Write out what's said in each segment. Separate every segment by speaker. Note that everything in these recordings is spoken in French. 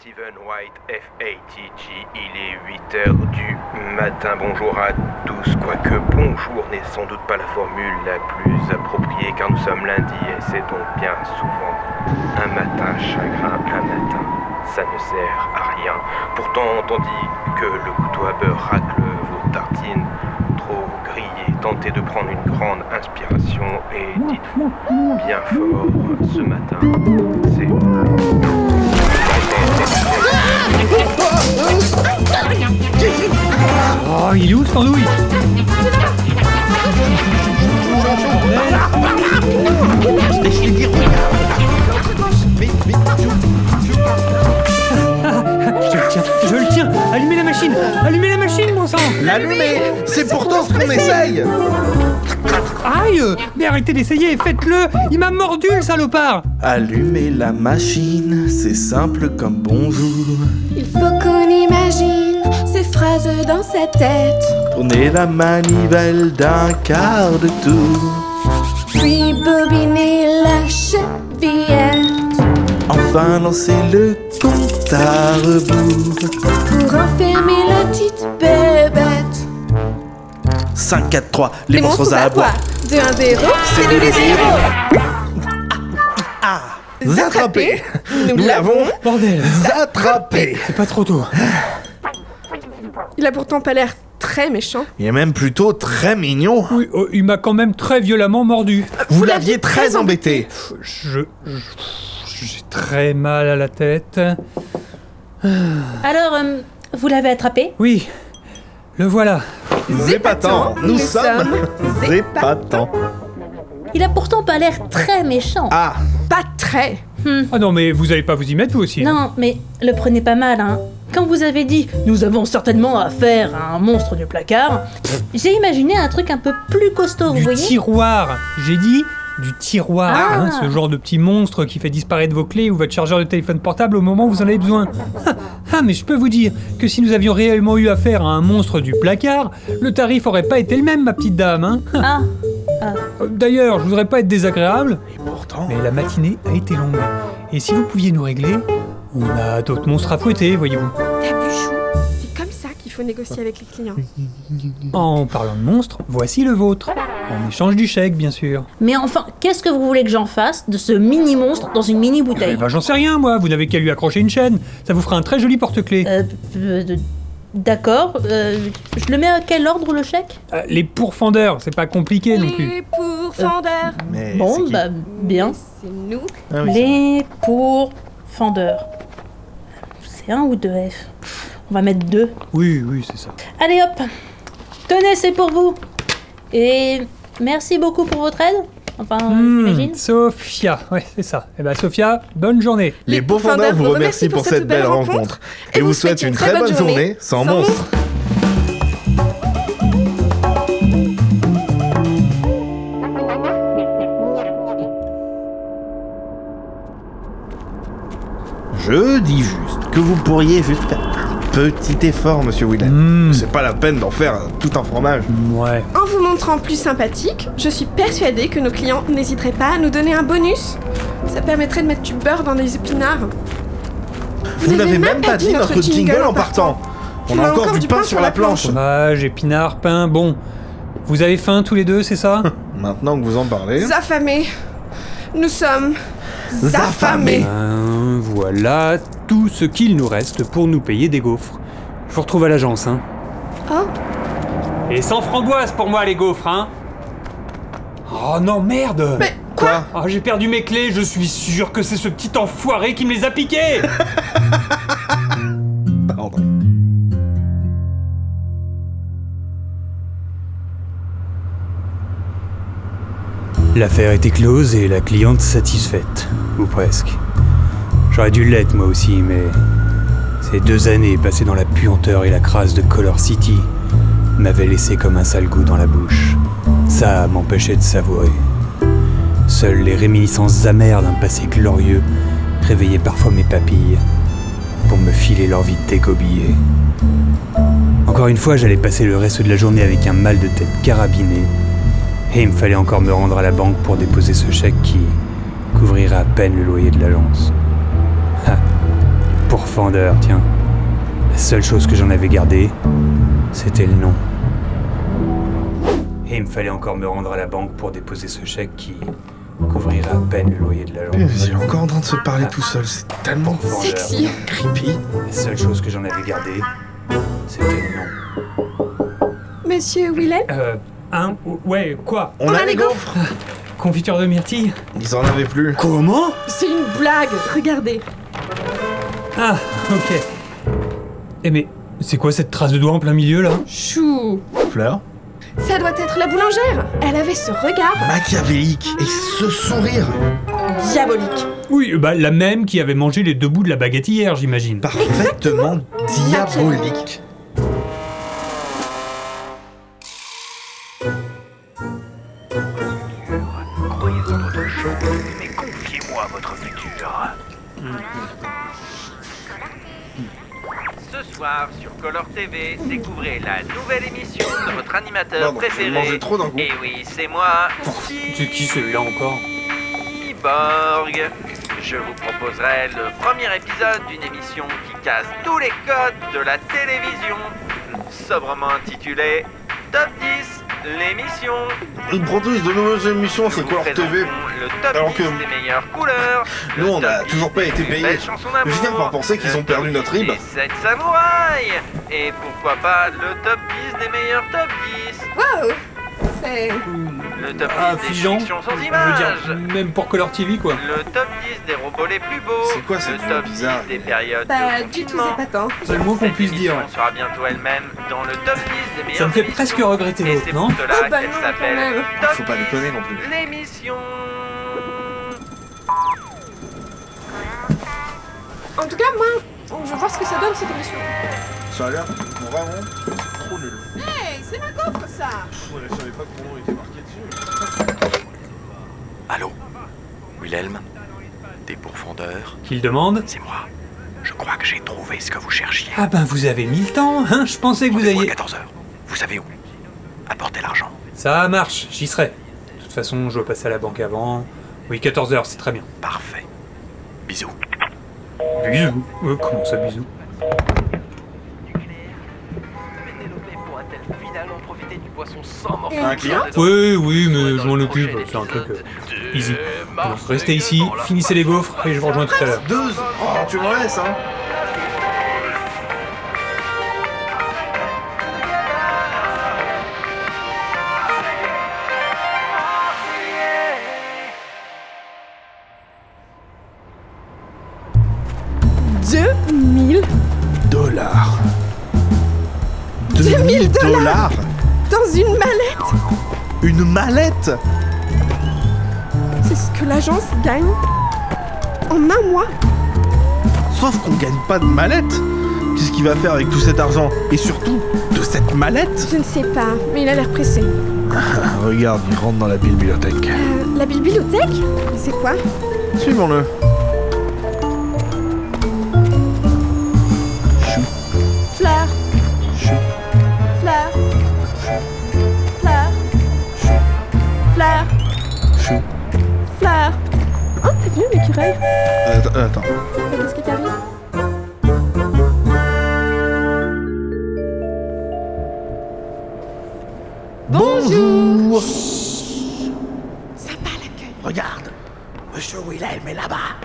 Speaker 1: Steven White FATG, il est 8h du matin. Bonjour à tous, quoique bonjour n'est sans doute pas la formule la plus appropriée car nous sommes lundi et c'est donc bien souvent un matin chagrin, un matin ça ne sert à rien. Pourtant, tandis que le couteau à beurre racle vos tartines trop grillées, tentez de prendre une grande inspiration et dites-vous bien fort ce matin, c'est
Speaker 2: Oh, il est où ce andouille Je le tiens, je le tiens Allumez la machine Allumez la machine, mon sang
Speaker 3: L'allumer C'est pourtant ce qu'on essaye
Speaker 2: Aïe Mais arrêtez d'essayer, faites-le Il m'a mordu, le salopard
Speaker 3: Allumer la machine, c'est simple comme bonjour.
Speaker 4: Il faut qu'on imagine ces phrases dans sa tête.
Speaker 3: Tourner la manivelle d'un quart de tour.
Speaker 4: Puis bobiner la chevillette
Speaker 3: Enfin lancer le compte à rebours.
Speaker 4: pour enfermer la petite bébête.
Speaker 3: 5, 4, 3, les, monstres à bois.
Speaker 4: 2, 1, 0, c'est nous les héros.
Speaker 3: Attrapés Nous l'avons
Speaker 2: Bordel
Speaker 3: attrapé
Speaker 2: C'est pas trop tôt
Speaker 5: Il a pourtant pas l'air très méchant.
Speaker 3: Il est même plutôt très mignon.
Speaker 2: Oui, oh, il m'a quand même très violemment mordu.
Speaker 3: Vous l'aviez très embêté.
Speaker 2: Je... je- J'ai très mal à la tête.
Speaker 6: Alors, euh, vous l'avez attrapé
Speaker 2: Oui, le voilà.
Speaker 3: Zépatant, nous sommes zépatants.
Speaker 6: Il a pourtant pas l'air très méchant.
Speaker 3: Ah,
Speaker 5: Pas très.
Speaker 2: Ah non, mais vous allez pas vous y mettre, vous aussi hein.
Speaker 6: Non, mais le prenez pas mal, hein. Quand vous avez dit « Nous avons certainement affaire à un monstre du placard », j'ai imaginé un truc un peu plus costaud, vous
Speaker 2: Du
Speaker 6: voyez
Speaker 2: tiroir J'ai dit du tiroir,
Speaker 6: Ah.
Speaker 2: hein, ce genre de petit monstre qui fait disparaître vos clés ou votre chargeur de téléphone portable au moment où vous en avez besoin. Ah, ah, mais je peux vous dire que si nous avions réellement eu affaire à un monstre du placard, le tarif aurait pas été le même, ma petite dame. hein.
Speaker 6: Ah,
Speaker 2: Euh, D'ailleurs, je voudrais pas être désagréable,
Speaker 3: pourtant.
Speaker 2: mais la matinée a été longue. Et si vous pouviez nous régler, on a d'autres monstres à fouetter, voyez-vous.
Speaker 5: T'as vu chou C'est comme ça qu'il faut négocier avec les clients.
Speaker 2: En parlant de monstres, voici le vôtre. En échange du chèque, bien sûr.
Speaker 6: mais enfin, qu'est-ce que vous voulez que j'en fasse de ce mini-monstre dans une
Speaker 2: Eh
Speaker 6: mini-bouteille
Speaker 2: ben j'en sais rien, moi, vous n'avez qu'à lui accrocher une chaîne. Ça vous fera un très joli porte-clés.
Speaker 6: Euh, euh, D'accord, euh, je le mets à quel ordre, le chèque
Speaker 2: Euh, les pourfendeurs, c'est pas compliqué non plus.
Speaker 5: Les pourfendeurs,
Speaker 3: Mais c'est
Speaker 6: Bon,
Speaker 3: qui
Speaker 6: bah, bien.
Speaker 5: c'est nous.
Speaker 3: Ah oui,
Speaker 6: Les pourfendeurs. C'est un ou deux F On va mettre deux.
Speaker 2: Oui, oui, c'est ça.
Speaker 6: Allez hop Tenez, c'est pour vous Et merci beaucoup pour votre aide. Enfin,
Speaker 2: Hmm,
Speaker 6: j'imagine.
Speaker 2: Sophia, ouais, c'est ça. Eh ben Sophia, bonne journée.
Speaker 3: Les beaux fondeurs vous remercient pour cette belle rencontre et vous souhaitent une très bonne journée sans monstre. Je dis juste que vous pourriez juste faire un petit effort, monsieur Willem.
Speaker 2: Mm.
Speaker 3: Euh, C'est pas la peine d'en faire tout un fromage.
Speaker 2: Ouais.
Speaker 5: En vous montrant plus sympathique, je suis persuadée que nos clients n'hésiteraient pas à nous donner un bonus. Ça permettrait de mettre du beurre dans les épinards.
Speaker 3: Vous n'avez même pas dit notre jingle en partant. On a encore du pain sur la planche.
Speaker 2: Fromage, épinard, pain, bon. Vous avez faim tous les deux, c'est ça
Speaker 3: Maintenant que vous en parlez.
Speaker 5: Affamés. Nous sommes affamés.
Speaker 3: affamés.
Speaker 2: Ben voilà tout ce qu'il nous reste pour nous payer des gaufres. Je vous retrouve à l'agence, hein.
Speaker 5: Oh,
Speaker 2: Et sans framboise pour moi les gaufres, hein. Oh non, merde
Speaker 5: mais
Speaker 3: Quoi
Speaker 2: Ah, j'ai perdu mes clés, je suis sûr que c'est ce petit enfoiré qui me les a piquées
Speaker 3: Pardon.
Speaker 7: L'affaire était close et la cliente satisfaite, ou presque. J'aurais dû l'être moi aussi, mais ces deux années passées dans la puanteur et la crasse de Color City m'avaient laissé comme un sale goût dans la bouche. Ça m'empêchait de savourer. Seules les réminiscences amères d'un passé glorieux réveillaient parfois mes papilles pour me filer l'envie de dégober. Encore une fois, j'allais passer le reste de la journée avec un mal de tête carabiné et il me fallait encore me rendre à la banque pour déposer ce chèque qui couvrirait à peine le loyer de l'agence. Ah, Pour
Speaker 8: vendeur, tiens. La seule chose que j'en avais gardée, c'était le nom. Et il me fallait encore me rendre à la banque pour déposer ce chèque qui couvrirait à peine le loyer de la
Speaker 3: Mais
Speaker 8: journée.
Speaker 3: Il est encore en train de se parler tout seul, c'est tellement
Speaker 5: Sexy.
Speaker 3: creepy.
Speaker 8: La seule chose que j'en avais gardée, c'était le nom.
Speaker 5: Monsieur Willem
Speaker 2: Euh. Hein Ouais, quoi
Speaker 3: On, a, les gaufres
Speaker 2: Confiture de myrtille
Speaker 3: Ils en avaient plus.
Speaker 8: Comment
Speaker 5: C'est une blague, regardez.
Speaker 2: Ah, ok. Eh mais, c'est quoi cette trace de doigt en plein milieu là
Speaker 5: Chou.
Speaker 3: Fleur
Speaker 5: Ça doit être la boulangère. Elle avait ce regard
Speaker 3: Machiavélique Et ce sourire
Speaker 5: diabolique.
Speaker 2: Oui, bah la même qui avait mangé les deux bouts de la baguette hier, j'imagine.
Speaker 3: Parfaitement diabolique.
Speaker 9: Envoyez-en votre chambre, mais confiez-moi votre futur.
Speaker 1: Ce soir sur Color TV, découvrez la nouvelle émission de votre animateur
Speaker 3: Pardon, j'ai
Speaker 1: préféré.
Speaker 3: mangé trop d'un coup.
Speaker 1: Et oui, c'est moi,
Speaker 2: C'est qui celui-là encore
Speaker 1: Cyborg. Je vous proposerai le premier épisode d'une émission qui casse tous les codes de la télévision, sobrement intitulée Top 10, l'émission.
Speaker 3: Une produisent de nouvelles émissions,
Speaker 1: Nous
Speaker 3: c'est
Speaker 1: vous
Speaker 3: quoi leur TV
Speaker 1: présenterons Le top
Speaker 3: alors
Speaker 1: 10
Speaker 3: que-
Speaker 1: des meilleures couleurs.
Speaker 3: Nous,
Speaker 1: le
Speaker 3: on
Speaker 1: top
Speaker 3: a
Speaker 1: 10
Speaker 3: toujours pas
Speaker 1: des
Speaker 3: été
Speaker 1: plus
Speaker 3: payés.
Speaker 1: belles chansons d'amour,
Speaker 3: Je viens par penser qu'ils
Speaker 1: le
Speaker 3: ont
Speaker 1: top
Speaker 3: perdu
Speaker 1: 10
Speaker 3: notre rib.
Speaker 1: des sept samouraïs. Et pourquoi pas le top 10 des meilleurs top 10.
Speaker 5: Waouh. C'est.
Speaker 1: Le top 10
Speaker 2: Ah,
Speaker 1: des
Speaker 2: figeant.
Speaker 1: fictions sans
Speaker 2: Je veux
Speaker 1: images.
Speaker 2: dire, même pour Color TV quoi.
Speaker 1: Le top 10 des robots les plus beaux.
Speaker 3: C'est quoi cette
Speaker 1: Le
Speaker 3: vie
Speaker 1: top
Speaker 3: bizarre
Speaker 1: 10 des périodes
Speaker 5: Bah,
Speaker 1: de
Speaker 5: du tout,
Speaker 1: confinement.
Speaker 5: c'est pas tant.
Speaker 2: C'est le mot qu'on
Speaker 1: Cette
Speaker 2: puisse dire.
Speaker 1: émission sera bientôt elle-même dans le top 10 des meilleures
Speaker 2: Ça me fait
Speaker 1: émissions.
Speaker 2: presque regretter
Speaker 1: Et
Speaker 2: l'autre,
Speaker 1: c'est
Speaker 2: non
Speaker 1: pour cela
Speaker 5: Ah bah
Speaker 1: qu'elle
Speaker 5: non,
Speaker 1: s'appelle
Speaker 5: quand même.
Speaker 1: Top
Speaker 3: Faut pas
Speaker 1: 10,
Speaker 3: déconner non plus.
Speaker 1: L'émission.
Speaker 5: En tout cas, moi, je veux voir ce que ça donne cette émission.
Speaker 3: Ça a l'air vraiment trop nul.
Speaker 5: Hey, c'est ma gaufre ça.
Speaker 3: Ouais, je savais pas que mon nom était marqué dessus.
Speaker 10: Allô Wilhelm Des pourfendeurs
Speaker 2: Qu'il demande
Speaker 10: C'est moi. Je crois que j'ai trouvé ce que vous cherchiez.
Speaker 2: Ah ben vous avez mis le temps, hein Je pensais que vous
Speaker 10: Rendez-vous à
Speaker 2: aviez.
Speaker 10: 14h. Vous savez où Apportez l'argent.
Speaker 2: Ça marche, j'y serai. De toute façon, je dois passer à la banque avant. Oui, 14h, c'est très bien.
Speaker 10: Parfait. Bisous.
Speaker 2: Bisous. Euh, comment ça, bisous
Speaker 1: Pénélope pourra-t-elle finalement profiter du poisson sans mort
Speaker 3: Un client
Speaker 2: Oui, oui, mais je m'en occupe, c'est un truc. euh, easy. Alors, restez ici, finissez les gaufres et je vous rejoins tout à l'heure.
Speaker 3: Deux Oh, tu m'en laisses, hein Dollars 2000 dollars
Speaker 5: Dans une mallette.
Speaker 3: Une mallette
Speaker 5: C'est ce que l'agence gagne en un mois.
Speaker 3: Sauf qu'on gagne pas de mallette Qu'est-ce qu'il va faire avec tout cet argent Et surtout, de cette mallette
Speaker 5: Je ne sais pas, mais il a l'air pressé.
Speaker 3: Ah, Regarde, il rentre dans la bibliothèque.
Speaker 5: Euh, la bibliothèque C'est quoi
Speaker 3: Suivons-le.
Speaker 5: Fleur. Fleur. Fleur. Fleur.
Speaker 3: Chou.
Speaker 5: Fleur. Oh, t'as vu l'écureuil
Speaker 3: Attends, attends.
Speaker 5: Mais Qu'est-ce qui t'arrive
Speaker 3: Bonjour
Speaker 5: Sympa l'accueil.
Speaker 3: Regarde Monsieur Willem est là-bas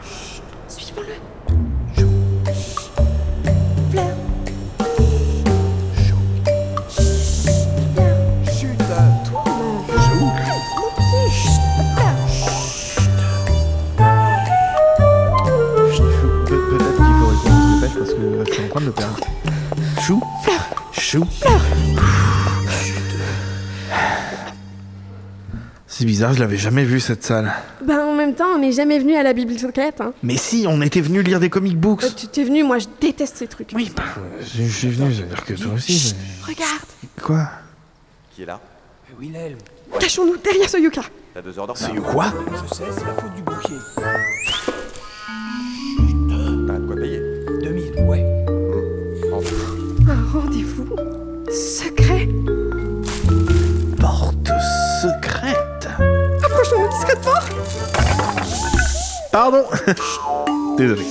Speaker 5: Suivons-le.
Speaker 3: Peut-être qu'il faudrait qu'on se dépêche parce que je suis en train de le perdre. Chou Chou C'est bizarre, je l'avais jamais vu cette salle.
Speaker 5: Ben en même temps, on n'est jamais venu à la bibliothèque. Hein.
Speaker 3: Mais si, on était venu lire des comic books.
Speaker 5: Euh, tu t'es venu, moi je déteste ces trucs.
Speaker 3: Oui, bah, je je suis venu, ça veut dire que toi aussi.
Speaker 5: Regarde,
Speaker 3: mais- Quoi
Speaker 10: Qui est là
Speaker 5: cachons-nous derrière ce yucca.
Speaker 10: T'as deux heures d'or
Speaker 3: C'est quoi
Speaker 10: T'as de quoi payer.
Speaker 5: Un rendez-vous secret.
Speaker 3: Porte secrète.
Speaker 5: Approchons-nous discrètement.
Speaker 3: Pardon Désolé.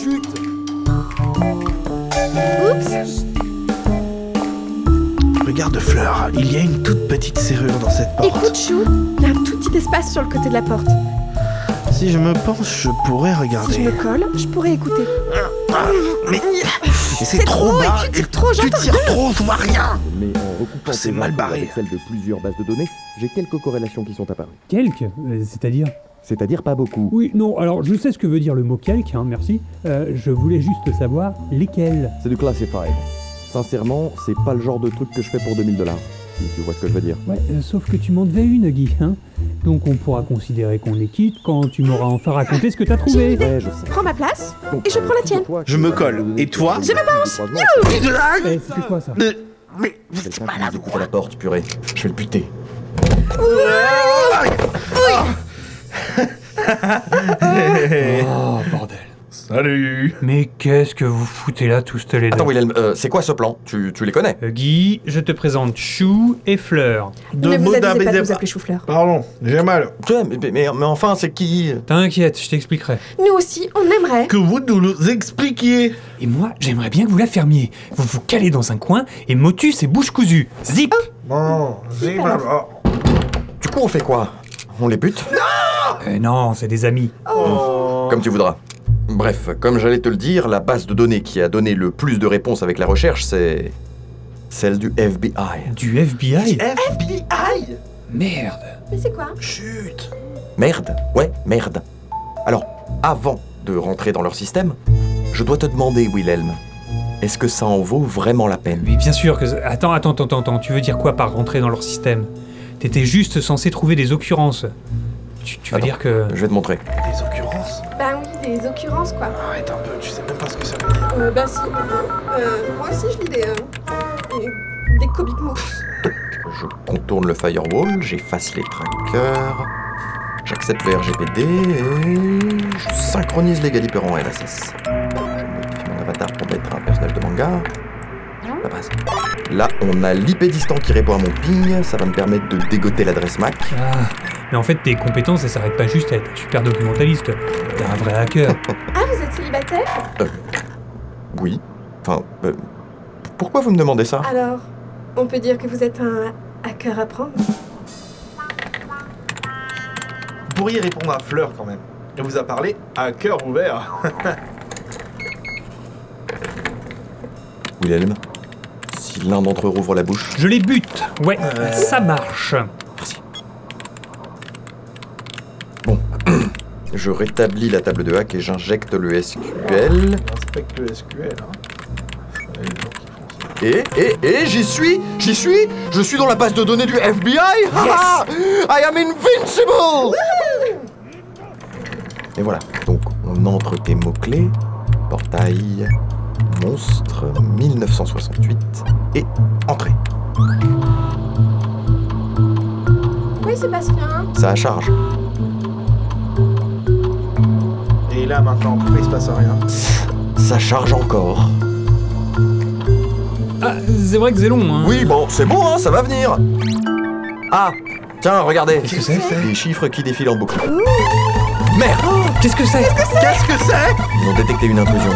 Speaker 3: Regarde, Fleur, il y a une toute petite serrure dans cette porte.
Speaker 5: Écoute, Chou, il y a un tout petit espace sur le côté de la porte.
Speaker 3: Si je me penche, je pourrais regarder.
Speaker 5: Si je me colle, je pourrais écouter.
Speaker 3: Mais c'est trop
Speaker 5: trop, et
Speaker 3: bas
Speaker 5: tu tires trop,
Speaker 3: tu
Speaker 5: j'entends
Speaker 3: tires trop, je vois rien.
Speaker 11: Mais en
Speaker 12: Ah,
Speaker 11: recoupant
Speaker 3: C'est
Speaker 11: ces
Speaker 3: mal
Speaker 11: infos
Speaker 3: barré.
Speaker 11: avec celles de plusieurs bases de données, j'ai quelques corrélations qui sont apparues.
Speaker 2: Quelque euh, C'est-à-dire
Speaker 11: C'est-à-dire pas beaucoup.
Speaker 2: Oui, non, alors je sais ce que veut dire le mot quelque, hein, merci. Euh, je voulais juste savoir lesquels.
Speaker 11: C'est du classified. Sincèrement, c'est pas le genre de truc que je fais pour 2000 dollars. Si tu vois ce que je veux dire.
Speaker 2: Ouais, euh, sauf que tu m'en devais une, Guy. Hein Donc on pourra considérer qu'on est quitte quand tu m'auras enfin raconté ce que t'as trouvé.
Speaker 11: Ouais, je sais.
Speaker 5: Prends ma place.
Speaker 11: Donc,
Speaker 5: Et je
Speaker 11: euh,
Speaker 5: prends la tienne.
Speaker 11: figure-toi que
Speaker 3: Je me
Speaker 11: les bases de
Speaker 3: colle.
Speaker 11: données
Speaker 3: Et
Speaker 11: qui
Speaker 3: toi
Speaker 11: sont
Speaker 3: Je
Speaker 11: données croisement,
Speaker 3: Tu de là
Speaker 2: Eh, c'est quoi ça
Speaker 3: de- Mais
Speaker 11: c'est
Speaker 3: c'est
Speaker 11: quelqu'un
Speaker 3: malade
Speaker 11: qui
Speaker 3: ou
Speaker 11: nous
Speaker 3: quoi
Speaker 11: ouvre la porte, purée. Je vais le buter. Oh, bordel.
Speaker 3: Salut
Speaker 2: Mais qu'est-ce que vous foutez là tous les
Speaker 12: Attends, Wilhelm, euh, c'est quoi ce plan tu, tu les connais
Speaker 2: Euh, Guy, je te présente Chou et Fleur.
Speaker 3: Deux
Speaker 5: ne vous
Speaker 3: mots
Speaker 5: avisez pas de
Speaker 3: d'abbé-
Speaker 5: vous appeler Choufleur.
Speaker 3: Pardon, j'ai mal.
Speaker 12: Putain, mais, mais- mais enfin, c'est qui
Speaker 2: T'inquiète, je t'expliquerai.
Speaker 5: Nous aussi, on aimerait.
Speaker 3: Que vous nous expliquiez
Speaker 2: Et moi, j'aimerais bien que vous la fermiez. Vous vous calez dans un coin et motus et bouche cousue. Zip
Speaker 3: Bon, j'ai mal.
Speaker 12: Du coup, on fait quoi On les bute
Speaker 2: Euh, Non, c'est des amis.
Speaker 12: Comme tu voudras. Bref, comme j'allais te le dire, la base de données qui a donné le plus de réponses avec la recherche, c'est. celle du FBI.
Speaker 2: Du FBI
Speaker 3: FBI
Speaker 2: Merde
Speaker 5: Mais c'est quoi
Speaker 3: Chut
Speaker 12: Merde Ouais, merde. Alors, avant de rentrer dans leur système, je dois te demander, Wilhelm, est-ce que ça en vaut vraiment la peine
Speaker 2: Mais bien sûr que... Attends, attends, attends, attends. Tu veux dire quoi par rentrer dans leur système T'étais juste censé trouver des occurrences. Tu, tu veux
Speaker 12: Attends.
Speaker 2: dire que...
Speaker 12: Je vais te montrer.
Speaker 3: Des occurrences
Speaker 5: Bah oui, des occurrences quoi.
Speaker 3: Arrête un peu, tu sais même pas ce que ça veut dire.
Speaker 5: Euh, bah si. Euh, moi aussi, je lis des. euh, des, des comic moves.
Speaker 12: Je contourne le firewall, j'efface les trackers, j'accepte le RGPD et je synchronise les galipers en LSS. Je modifie mon avatar pour mettre un personnage de manga. La base. Là, on a l'IP distant qui répond à mon ping, ça va me permettre de dégoter l'adresse MAC.
Speaker 2: Ah, mais en fait, tes compétences, elles s'arrêtent pas juste à être un super documentaliste. T'es un vrai hacker.
Speaker 5: Ah, vous êtes célibataire
Speaker 12: Oui. Enfin, euh, pourquoi vous me demandez ça
Speaker 5: Alors, on peut dire que vous êtes un hacker à prendre
Speaker 13: Vous pourriez répondre à Fleur quand même. Elle vous a parlé à cœur ouvert.
Speaker 12: Wilhelm, si l'un d'entre eux rouvre la bouche,
Speaker 2: Je les bute Ouais, ça marche.
Speaker 12: je rétablis la table de hack et j'injecte le SQL.
Speaker 13: On respecte le SQL. Hein. Il y a des gens qui font ça.
Speaker 12: Et, et, et, j'y suis, j'y suis, je suis dans la base de données du FBI. haha, I am invincible. Et voilà, donc on entre tes mots-clés, portail, monstre, 1968, et entrée.
Speaker 5: Oui, Sébastien.
Speaker 12: Ça charge.
Speaker 13: Et là maintenant, pourquoi il se passe rien
Speaker 12: Ça charge encore.
Speaker 2: Ah, c'est vrai que c'est long, hein.
Speaker 12: Oui, bon, c'est bon, hein, ça va venir. Ah, tiens, regardez.
Speaker 3: Qu'est-ce que c'est
Speaker 12: Des chiffres qui défilent en boucle. Merde
Speaker 2: Qu'est-ce que c'est
Speaker 3: Qu'est-ce que c'est
Speaker 12: Ils ont détecté une intrusion.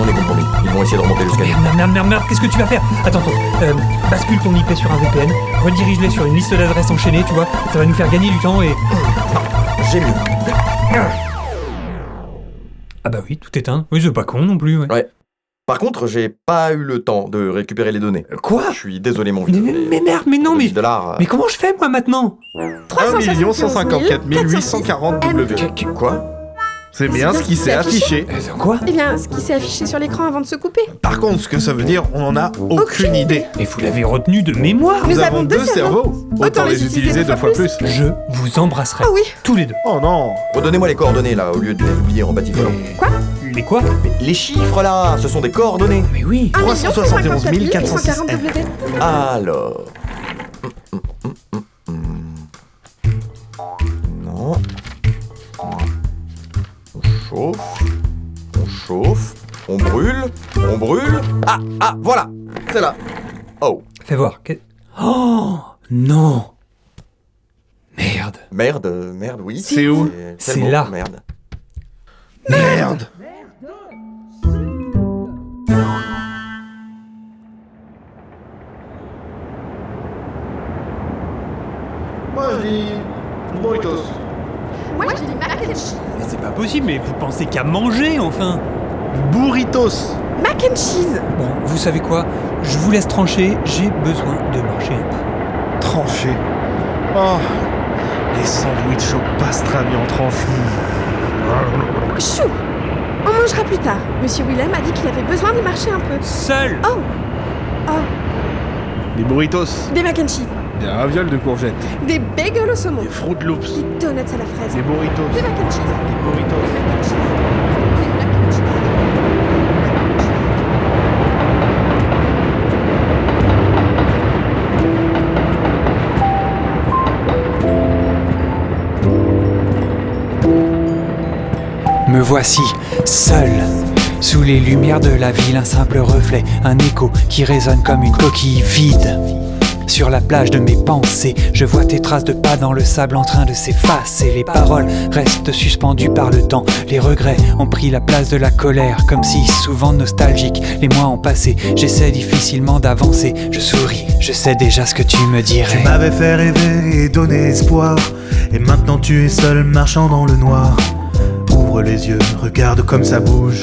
Speaker 12: On est compromis. Ils vont essayer de remonter jusqu'à nous.
Speaker 2: Merde, merde, merde, merde, qu'est-ce que tu vas faire Attends, attends, euh, bascule ton IP sur un VPN, redirige-les sur une liste d'adresses enchaînées, tu vois, ça va nous faire gagner du temps et... Oh,
Speaker 12: J'ai lu.
Speaker 2: Ah bah oui, tout éteint. Oui, c'est pas con non plus, ouais.
Speaker 12: Par contre, j'ai pas eu le temps de récupérer les données.
Speaker 2: Euh, Quoi
Speaker 12: Je suis désolé, mon
Speaker 2: mais,
Speaker 12: vieux.
Speaker 2: mais-
Speaker 12: les-
Speaker 2: mais merde, mais non, mais...
Speaker 12: 2000 dollars.
Speaker 2: Mais comment je fais, moi, maintenant
Speaker 3: 1 154
Speaker 5: 454
Speaker 3: 840 W.
Speaker 12: Quoi
Speaker 3: C'est bien ce qui s'est affiché.
Speaker 2: Euh, c'est Quoi
Speaker 5: Eh bien, ce qui s'est affiché sur l'écran avant de se couper.
Speaker 3: Par contre, ce que ça veut dire, on en a aucune idée.
Speaker 2: Mais vous l'avez retenu de mémoire
Speaker 5: Nous avons deux cerveaux.
Speaker 3: Autant les utiliser deux fois plus.
Speaker 2: Je vous embrasserai,
Speaker 5: Ah oui
Speaker 2: tous les deux.
Speaker 3: Oh non
Speaker 12: Redonnez-moi les coordonnées là, au lieu de les oublier en batifolant.
Speaker 2: Euh, Les quoi
Speaker 12: Mais les chiffres là, ce sont des coordonnées.
Speaker 2: Mais oui
Speaker 5: 1
Speaker 3: 371 406
Speaker 5: W.
Speaker 12: Alors. Hum, hum, hum, hum, hum. Non. On chauffe. On chauffe. On brûle. On brûle. Ah, ah, voilà. C'est là. Oh,
Speaker 2: Fais voir. qu'est- Oh Non Merde.
Speaker 12: merde, euh, merde, oui.
Speaker 3: C'est où
Speaker 12: C'est
Speaker 2: C'est
Speaker 12: le mot,
Speaker 2: là.
Speaker 12: Merde.
Speaker 3: Merde
Speaker 14: possible, mais vous pensez qu'à manger enfin
Speaker 15: Burritos
Speaker 5: Mac and cheese
Speaker 14: Bon, vous savez quoi Je vous laisse trancher, j'ai besoin de marcher un peu.
Speaker 15: Tranché. Oh, les sandwichs au pastrami en tranche.
Speaker 5: Chou On mangera plus tard. Monsieur Willem a dit qu'il avait besoin de marcher un peu.
Speaker 14: Seul
Speaker 5: Oh
Speaker 15: Des burritos,
Speaker 5: Des mac and cheese,
Speaker 15: des ravioles de courgettes,
Speaker 5: des bagels au saumon,
Speaker 15: des Fruit Loops,
Speaker 5: des donuts à la fraise,
Speaker 15: des burritos,
Speaker 5: des mac and cheese,
Speaker 15: des burritos.
Speaker 5: des mac and cheese, des mac and cheese.
Speaker 14: Me voici, seul. Sous les lumières de la ville, un simple reflet, un écho qui résonne comme une coquille vide. Sur la plage de mes pensées, je vois tes traces de pas dans le sable en train de s'effacer. Les paroles restent suspendues par le temps. Les regrets ont pris la place de la colère, comme si, souvent nostalgique, les mois ont passé. J'essaie difficilement d'avancer. Je souris, je sais déjà ce que tu me dirais.
Speaker 3: Tu m'avais fait rêver et donné espoir. Et maintenant tu es seul marchant dans le noir. Ouvre les yeux, regarde comme ça bouge.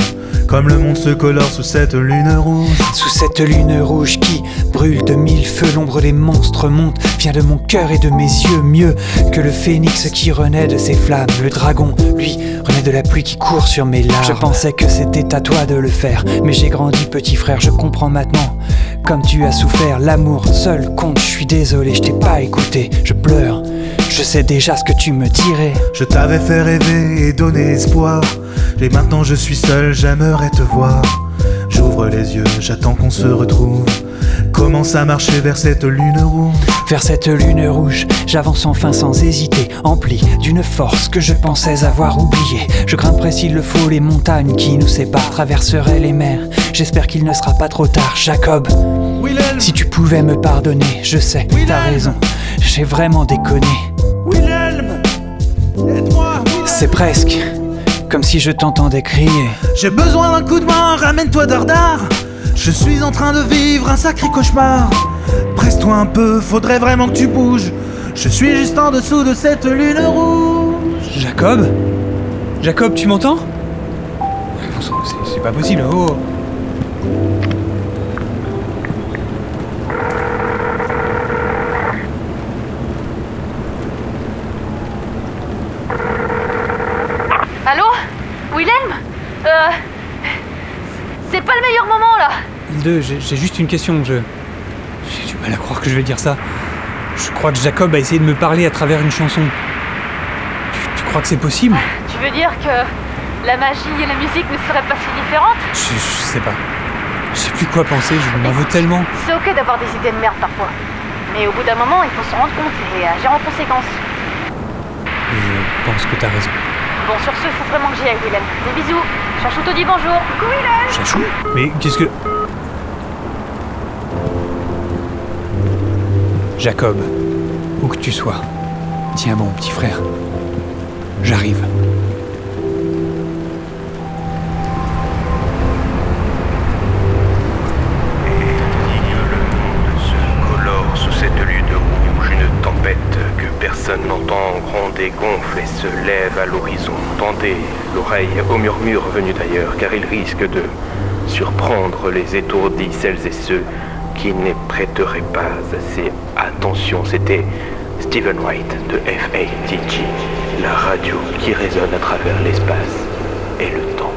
Speaker 3: Comme le monde se colore sous cette lune rouge.
Speaker 14: Sous cette lune rouge qui brûle de mille feux, l'ombre des monstres monte, vient de mon cœur et de mes yeux, mieux que le phénix qui renaît de ses flammes. Le dragon, lui, renaît de la pluie qui court sur mes larmes. Je pensais que c'était à toi de le faire, mais j'ai grandi, petit frère, je comprends maintenant. Comme tu as souffert, l'amour seul compte, je suis désolé, je t'ai pas écouté, je pleure, je sais déjà ce que tu me dirais.
Speaker 3: Je t'avais fait rêver et donné espoir. Et maintenant je suis seul, j'aimerais te voir. J'ouvre les yeux, j'attends qu'on se retrouve. Commence à marcher vers cette lune rouge.
Speaker 14: Vers cette lune rouge, j'avance enfin sans hésiter, empli d'une force que je pensais avoir oubliée. Je grimperai s'il le faut les montagnes qui nous séparent, traverserai les mers. J'espère qu'il ne sera pas trop tard, Jacob.
Speaker 16: Willem
Speaker 14: Si tu pouvais me pardonner, je sais, t'as raison, j'ai vraiment déconné.
Speaker 16: Willem Aide-moi
Speaker 14: C'est presque comme si je t'entendais crier.
Speaker 3: J'ai besoin d'un coup de main, ramène-toi dardard. Je suis en train de vivre un sacré cauchemar. Presse-toi un peu, faudrait vraiment que tu bouges. Je suis juste en dessous de cette lune rouge.
Speaker 14: Jacob Jacob, tu m'entends Bon sang, c'est- C'est pas possible, oh
Speaker 6: Allô Willem Euh. C'est pas le meilleur moment là
Speaker 14: Hilde, j'ai j'ai juste une question, je. J'ai du mal à croire que je vais dire ça. Je crois que Jacob a essayé de me parler à travers une chanson. Tu, tu crois que c'est possible
Speaker 6: Tu veux dire que la magie et la musique ne seraient pas si différentes
Speaker 14: je, je sais pas. Je sais plus quoi penser, je m'en veux tellement.
Speaker 6: C'est ok d'avoir des idées de merde parfois. Mais au bout d'un moment, il faut s'en rendre compte et agir en conséquence.
Speaker 14: Je pense que t'as raison.
Speaker 6: Bon, sur ce, faut vraiment que j'y aille, Willem. Des bisous. Chachou te dit bonjour. Coucou Willem
Speaker 14: Chachou Mais qu'est-ce que. Jacob, où que tu sois, tiens bon petit frère. J'arrive.
Speaker 1: colore sous cette lune rouge une tempête que personne n'entend gronde et gonfle et se lève à l'horizon. Tendez l'oreille au murmure venu d'ailleurs, car il risque de surprendre les étourdis, celles et ceux qui ne prêteraient pas assez attention. C'était Stephen White de FATG, la radio qui résonne à travers l'espace et le temps.